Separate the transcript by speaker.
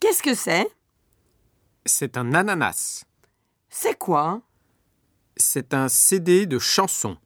Speaker 1: Qu'est-ce que c'est
Speaker 2: C'est un ananas.
Speaker 1: C'est quoi
Speaker 2: C'est un CD de chansons.